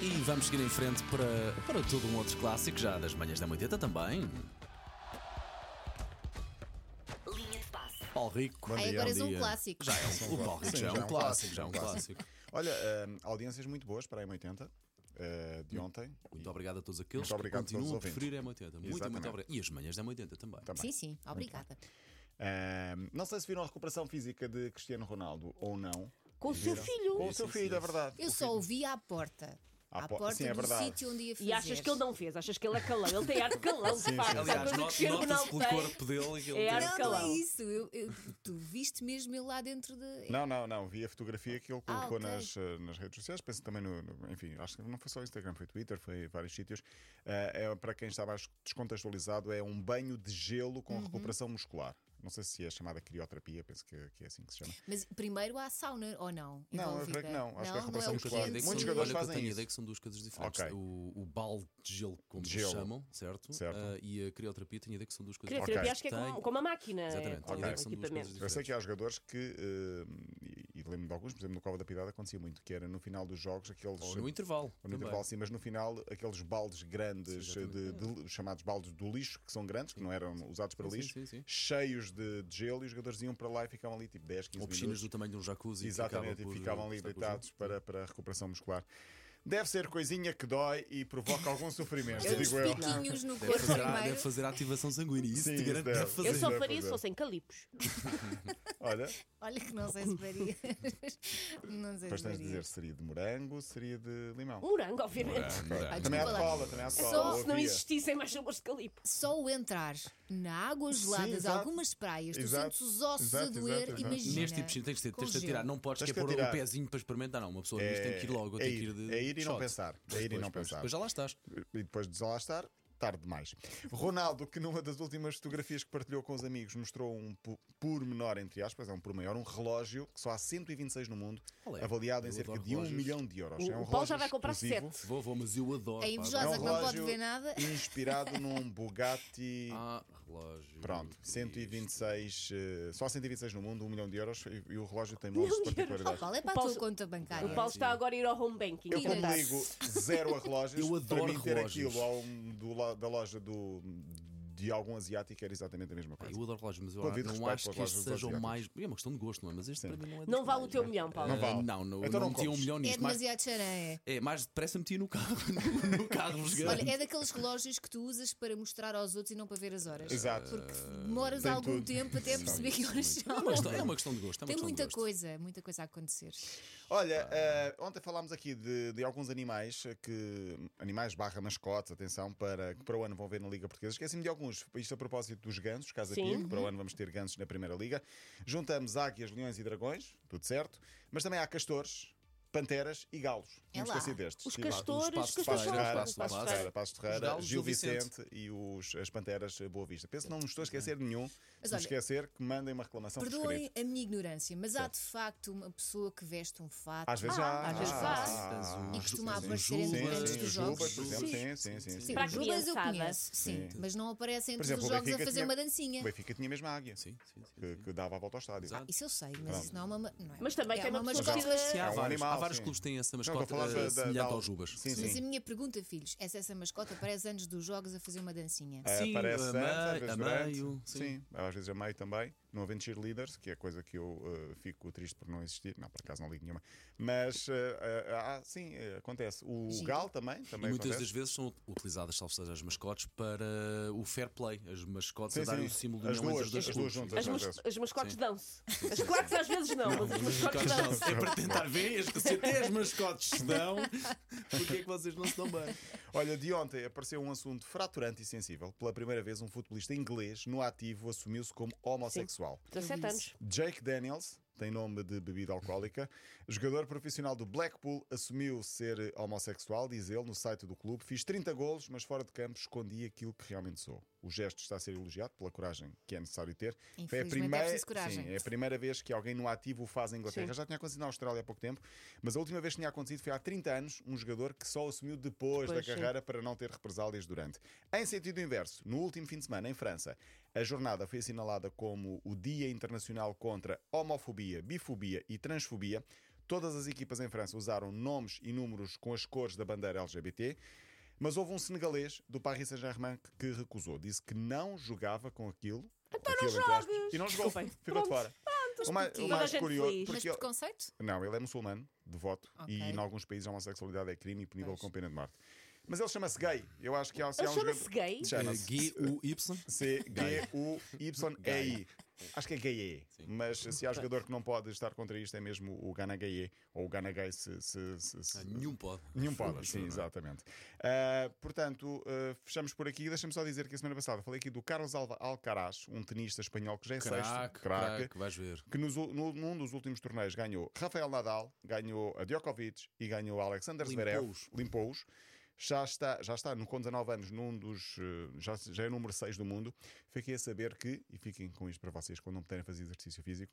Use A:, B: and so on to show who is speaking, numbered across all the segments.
A: E vamos seguir em frente para, para todo um outro clássico já das manhãs da moiteta também.
B: Linha de passe.
A: Paulo Rico.
C: Bom
D: Ai,
C: dia,
D: agora
C: bom
D: és um
A: dia.
D: clássico.
A: Já é um, o Paulo Rico
C: Sim,
A: já é um clássico, já é um
C: clássico.
A: clássico.
C: Olha, hum, audiências muito boas para a M80 eh, de ontem.
A: Muito obrigado a todos aqueles
C: Muito obrigado a
A: que
C: todos
A: continuam
C: os
A: a
C: ouvintes.
A: preferir a M80. Muito, muito
C: Exatamente.
A: obrigado. E as manhãs da M80 também.
C: Também.
D: Sim, sim, obrigada.
C: Hum, não sei se viram a recuperação física de Cristiano Ronaldo ou não.
D: Com o seu filho.
C: Com o seu filho, é verdade.
D: Eu
C: O
D: só
C: filho-
D: o vi à porta.
C: À
D: À
C: po-
D: porta
C: sim, é
D: do
C: verdade.
D: sítio onde ia fazer.
B: E achas que ele não fez? Achas que ele é calão? Ele tem ar de calão, de
C: sim.
B: facto.
A: Aliás,
B: Essa coisa que
A: nota-
B: ele
A: nota-se
B: não
A: pelo
B: tem.
A: corpo dele que ele
B: É
A: tem-
B: ar
D: Não, não é
B: calão.
D: isso. Eu- eu- tu viste mesmo ele lá dentro de.
C: Não, não, não. Vi a fotografia que ele colocou
D: ok.
C: nas, eh, nas redes sociais. Penso também no, no- Enfim, acho que não foi só Instagram, foi Twitter, foi vários sítios. Eh, é, para quem está mais descontextualizado, é um banho de gelo
D: Uhum.
C: com recuperação muscular. Não sei se é chamada crioterapia, penso que, que é assim que se chama.
D: Mas primeiro há sauna ou não?
C: Não, eu
D: Envolvida?
C: creio que não. Acho que
D: não
C: a
D: é
C: recuperação
D: o
A: Tenho
C: muscular.
A: a
D: quente.
A: ideia que
C: Muitos
A: são-
C: jogadores
A: olha que eu
C: fazem
A: tenho a
C: isso.
A: ideia que são duas coisas diferentes.
C: Ok.
A: O, o balde de gelo, como
C: De gelo.
A: se chamam, certo?
C: Certo.
A: Ah, e a crioterapia, tenho a ideia que são duas coisas
B: Queria
C: Ok.
B: ter, acho que é
A: Tem-
B: com, com uma máquina.
A: Exatamente.
B: Com
A: Tenho a ideia que são
B: um
A: duas coisas
B: equipamento.
C: Eu sei
A: diferentes.
C: que há jogadores que, eh, e, e lembro de alguns, por exemplo, no Cova da Piedade acontecia muito, que era no final dos jogos aqueles.
A: Ou no intervalo.
C: No intervalo,
A: também.
C: sim, mas no final, aqueles baldes grandes, eh,
A: Sim,
C: de, de- chamados baldes do lixo, que são grandes, que não eram usados para
A: Sim,
C: lixo,
A: sim, sim, sim.
C: cheios de, de gelo, e os jogadores iam para lá e ficavam ali tipo 10, 15
A: Ou piscinas
C: minutos.
A: do tamanho de um jacuzzi. que
C: Exatamente,
A: acaba por
C: e ficavam ali
A: estar com os
C: deitados
A: outros.
C: para, para a recuperação muscular. Deve ser coisinha que dói e provoca algum sofrimento,
D: É uns
C: digo eu.
D: piquinhos no
A: Deve
D: corpo
A: fazer, a, deve
D: primeiro.
A: fazer a ativação sanguínea. Isso
C: Sim,
A: te garanto
C: isso
A: deve
C: deve.
A: fazer.
B: Eu só
C: Sim,
B: faria
C: pois
B: isso
C: é.
B: se fossem calipos.
C: Olha,
D: Olha que não sei se faria. não sei
C: depois
D: se
C: tens de dizer,
D: faria.
C: seria de morango, seria de limão.
B: Um morango, obviamente.
D: Ai,
C: Também há de
D: desculpa lá.
C: cola, também há
A: É
C: de cola.
D: Só
C: ou
B: Se não
C: havia.
B: existissem mais sabores de calipo.
D: Só o entrar na água gelada de
C: exato.
D: algumas praias, tu
C: Exato.
D: sentes os ossos
C: Exato,
D: a doer,
C: exato, exato.
D: imagina.
A: Neste tipo de piscina tens de, tens de
D: com
A: atirar.
D: gelo.
A: Não podes que
C: Tens
A: é
C: que
A: pôr um
C: atirar.
A: pezinho para experimentar. Não, uma pessoa nisto tem que ir logo. ou
C: é
A: tem que
C: ir,
A: ir de
C: é ir e não
A: shot.
C: pensar, é ir e
A: Pois,
C: não
A: pois,
C: pensar.
A: Pois já lá estás.
C: e depois de lá estar, tarde demais. Ronaldo, que numa das últimas fotografias que partilhou com os amigos, mostrou um pu- pormenor, entre aspas, é um pormenor, um relógio que só há 126 no mundo,
A: Qual é?
C: avaliado em
A: Eu
C: cerca
A: adoro
C: de 1
A: relógios.
C: milhão de euros.
B: O-
C: é um
B: o Paulo já
C: relógio
B: vai comprar
C: exclusivo.
B: sete.
A: Vou, vou, mas eu adoro.
D: É
A: pá,
D: invejosa.
C: É um
D: Mas é que não pode
C: relógio
D: ver nada.
C: inspirado num Bugatti.
A: Ah, relógio.
C: Pronto, 126, eh, só há 126 no mundo, 1 milhão de euros, e, e o relógio tem
B: Um Milhão
C: montes de
B: de euros.
D: Oh,
C: particularidades.
D: Paulo, é para
B: O
D: a
B: Paulo-
D: tua conta bancária. É
B: O Paulo está agora a ir ao home banking.
C: Eu como
D: Meninas.
C: ligo zero a relógios,
A: Eu adoro
C: para mim ter
A: relógios.
C: aquilo ao, do, la- da loja do, de algum asiático era exatamente a mesma
A: Pá,
C: coisa.
A: Eu adoro relógios, mas eu
C: Convido
A: não
C: respeito
A: acho
C: pelas
A: que este
C: lojas
A: seja o
C: asiáticas.
A: mais. É uma questão de gosto, não é? Mas este para mim não é.
B: Não
A: dos
B: vale o
A: mais,
B: teu
A: é?
B: milhão, Paulo.
C: Não
A: Ah,
C: vale.
A: Não, não, não
C: Então não
A: meti um
C: compres.
A: milhão
D: É
A: nisto. mais-
D: demasiado xaré.
A: É, mais depressa meti no carro, no, no carro os grandes.
D: Olha, é daqueles relógios que tu usas para mostrar aos outros e não para ver as horas.
C: Exato.
D: Porque demoras
C: Tem
D: algum
C: tudo.
D: tempo até a
C: Sim.
D: perceber que horas
A: É uma questão-
D: são.
A: é uma questão de gosto. é uma questão
D: Tem
A: de
D: muita
A: gosto.
D: coisa, muita coisa a acontecer.
C: Olha, eh, ontem falámos aqui de, de alguns animais eh, que. Animais barra mascotes, atenção, para, que para o ano vão ver na Liga Portuguesa. Esqueci-me de alguns. Isto a propósito dos gansos, Casa
B: Sim.
C: Pia, que
A: Uhum.
C: para o ano vamos ter gansos na Primeira Liga. Juntamos águias, leões e dragões, tudo certo. Mas também há castores, panteras e galos.
D: É
C: Não me
D: lá.
C: esqueci destes.
B: Os
C: E lá-
A: os
B: castores,
A: passos
B: os castores
A: para
B: são
A: chegar,
B: os
A: passos
C: Passos
B: passos
A: para
B: passos.
C: Ferreira, Passos Ferreira,
A: Os Galos,
C: Gil
A: o Vicente. Uhum.
C: Vicente e os, as Panteras eh, Boa Vista. Penso que não me estou a esquecer de nenhum.
D: Mas
C: Se me
D: olha,
C: esquecer, que mandem uma reclamação por
D: Perdoem
C: escrito.
D: a minha ignorância, mas há de facto uma pessoa que veste um fato
C: Às vezes
B: Ah,
C: já. Ah,
B: às vezes
D: e costuma
C: Sim,
D: aparecer
C: sim,
D: em
C: sim,
D: antes
C: sim,
D: dos
C: os Jubas,
D: jogos.
C: por exemplo, sim, sim, sim. sim.
D: Sim,
B: Para a
D: os Jubas eu
B: criançada.
D: conheço, sim, mas não aparecem
C: Por
D: entre
C: exemplo,
D: os
C: o
D: jogos a
C: Benfica
D: fazer
C: tinha-
D: uma
C: O
D: dancinha.
C: Benfica tinha mesmo a águia
A: Sim, sim, sim.
C: que, que dava a volta ao estádio.
A: Exato.
D: Isso eu sei, mas isso não é uma. Não é
B: Mas também
D: é
B: tem uma pessoa
D: mascote
B: que precisa-
A: Sim, há,
C: É um
A: vários,
C: animal,
A: há vários
C: sim.
A: clubes que têm essa
C: Não, estou a
A: mascota
C: falar da-
A: eh,
C: da-
A: semelhante
C: da-
A: aos Jubas.
C: Sim, sim.
D: Mas a minha pergunta, filhos, é se essa mascota aparece antes dos jogos a fazer uma dancinha.
C: Eh,
A: Sim,
C: aparece
A: a
C: antes,
A: meio-
C: às vezes
A: a
C: durante.
A: meio,
C: sim.
A: sim.
C: às vezes a meio também. Não havendo cheerleaders, que é coisa que eu eh, fico triste por não existir. Não, por acaso não ligo nenhuma. Mas, eh, eh, ah, sim, eh, acontece. O
D: Giro.
C: Gal também.
A: E
C: também
A: muitas
C: acontece.
A: das vezes são utilizadas, salvo seja, as mascotes para o fair play. As mascotes
C: Sim,
A: a darem
C: sim.
A: o símbolo
C: As
A: de união entre
C: duas,
A: os dois
C: as
A: clubes.
C: duas juntas. é.
B: As,
C: Sim.
B: mas, as mascotes dão-se. As
A: sim,
B: claques às vezes não, mas as mascotes
A: Mascotes não,
B: dão-se.
A: sempre a tentar ver, se até as mascotes se dão, porque é que vocês não se dão bem?
C: Olha, de ontem apareceu um assunto fraturante e sensível. Pela primeira vez, um futebolista inglês no ativo assumiu-se como homossexual.
B: 17 anos.
C: Jake Daniels, tem nome de bebida alcoólica, jogador profissional do Blackpool, assumiu ser homossexual, diz ele, no site do clube. Fiz 30 golos, mas fora de campo escondi aquilo que realmente sou. O gesto está a ser elogiado pela coragem que é necessário ter.
D: Infelizmente é preciso coragem.
C: Sim, é a primeira vez que alguém no ativo o faz em Inglaterra.
B: Sim.
C: Já tinha acontecido na Austrália há pouco tempo, mas a última vez que tinha acontecido foi há 30 anos, um jogador que só assumiu depois,
B: Depois,
C: da
B: sim.
C: carreira para não ter represálias durante. Em sentido inverso, no último fim de semana, em França, a jornada foi assinalada como o Dia Internacional contra Homofobia, Bifobia e Transfobia. Todas as equipas em França usaram nomes e números com as cores da bandeira LGBT, mas houve um senegalês do Paris Saint-Germain que- que recusou. Disse que não jogava com aquilo. Então
B: não jogues!
C: E não jogou.
B: Desculpem.
C: Ficou de
B: Pronto,
C: fora. O mais, o
D: porquê?
C: mais
B: Então Toda a gente
C: curioso.
B: feliz.
D: Mas
C: Porque ele-
D: preconceito?
C: não, ele é muçulmano, devoto, e
D: Ok.
C: em alguns países a homossexualidade é crime e punível
D: Pois.
C: com pena de morte. Mas ele chama-se gay. Eu acho que há, se há
B: Ele
C: um
B: chama-se
C: jogador-
B: gay?
A: Eh,
C: Chama-se
A: G-U-Y.
C: C-G-U-Y-E-I. Acho que é gay,
A: Sim.
C: mas se há jogador que não pode estar contra isto, é mesmo o Gana Gaye ou o Gana Gay se. se- se- se-
A: Ah, Nenhum pode.
C: Nenhum pode,
A: Acho
C: sim,
A: eu, não é?
C: exatamente. Ah, portanto, ah, fechamos por aqui. Deixa-me só dizer que a semana passada falei aqui do Carlos Alva- Alcaraz, um tenista espanhol que já é
A: Crack,
C: sexto, craque,
A: crack, vais ver.
C: que nos, u- no- num dos últimos torneios ganhou Rafael Nadal, ganhou a Djokovic e ganhou Alexander Zverev,
A: Limpou-os.
C: limpou-os. Já está, já está no, com 19 anos, num dos. eh, Já, já é o número 6 do mundo. Fiquei a saber que, e fiquem com isto para vocês quando não puderem fazer exercício físico,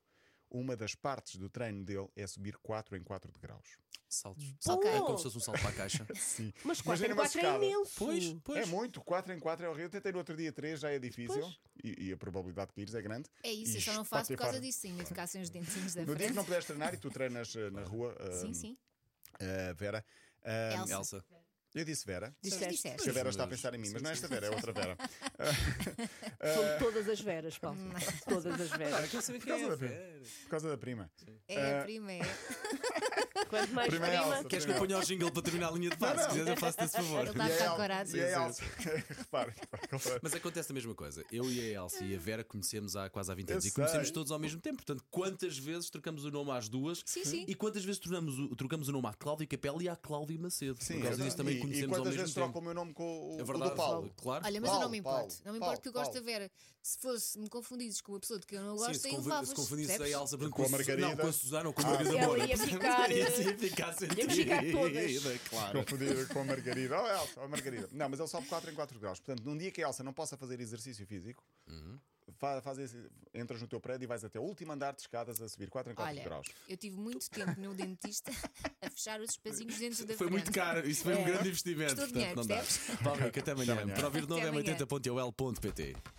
C: uma das partes do treino dele é subir 4 em 4 degraus.
A: Saltos.
D: Ok.
A: É como se fosse um salto para a caixa.
C: Sim.
B: Mas 4
C: Imagina
B: em
C: uma
B: 4 é
C: escada.
B: imenso.
A: Pois,
C: É
A: pois.
C: muito, 4 em 4 é horrível. Eu tentei no outro dia 3, já é difícil.
B: Pois.
C: E, e a probabilidade de caíres é grande.
D: É isso, eu só
C: Isto
D: não faço por
C: pode ter
D: causa
C: par-
D: disso. Sim, ia ficar sem os dentinhos da
C: No dia que
D: frente.
C: não puderes treinar e tu treinas eh, na rua, eh,
D: Sim, sim.
C: eh, Vera. eh,
D: Elsa.
A: Elsa.
C: eu disse Vera.
D: Disseste.
B: Disseste.
C: Se a Vera
A: Mas-
C: está a pensar em mim, mas não é esta Vera, é outra Vera. ah,
A: um
B: São todas as veras, Paulo. Todas as veras.
A: Quer saber
C: Por causa,
A: quem
C: da
A: é?
C: prima. Por causa da prima.
D: É a primeira.
B: Quanto mais
C: Primeiro é
B: prima.
C: alto.
A: Queres que eu ponha o jingle para terminar a linha de passe? Se quiseres, eu faço-te esse favor.
D: Ele está a
C: E a
D: ficar
C: El-
D: corado.
C: E é a Elsa. Reparem, reparem.
A: Mas acontece a mesma coisa. Eu e a Elsa e a Vera conhecemos há quase há 20
C: Eu
A: anos e
C: sei.
A: conhecemos todos ao mesmo tempo. Portanto, quantas vezes trocamos o nome às duas
D: Sim, sim.
A: e quantas vezes tornamos o- trocamos o nome à Cláudia Capela e à Cláudia Macedo.
C: Sim,
A: Por causa disso também
C: e- e
A: conhecemos ao
C: quantas
A: mesmo
C: vezes troca
A: tempo.
C: o meu nome com o,
A: É
C: o
A: verdade,
C: do Paulo?
A: claro.
D: Olha, mas eu não me
C: Paulo,
D: importo. Não me
C: Paulo,
D: importo porque eu gosto de
C: Paulo.
D: ver. Se fosse me confundisses com uma pessoa de que eu não
A: Sim,
D: gosto,
A: se
D: aí
A: confu-
D: levavas.
A: se confundisse a
D: percebes?
A: Elsa
C: Com a Margarida.
A: Não, com a Susana ou com a Margarida
B: Ah, Ela
A: Moura.
B: ia ficar,
A: Isso ia ficar
B: ia ficar todas.
A: sentida, Claro.
C: Confundido com a Margarida. Oh, Elsa, oh, Margarida. Não, mas ele sobe 4 em 4 graus. Portanto, num dia que a Elsa não possa fazer exercício físico,
A: Uhum.
C: fa- faz esse- entras no teu prédio e vais até o último andar de escadas a subir 4 em 4
D: Olha,
C: graus.
D: eu tive muito tempo no dentista a fechar os espacinhos dentro da
A: Foi
D: frente.
A: muito caro, isso foi um
D: É.
A: grande investimento.
D: Custou
A: Portanto,
D: dinheiro,
A: não dá. Paulo Rico, até amanhã.
C: amanhã.
A: Para ouvir de novo é
D: Até amanhã.
A: 80.ol.pt.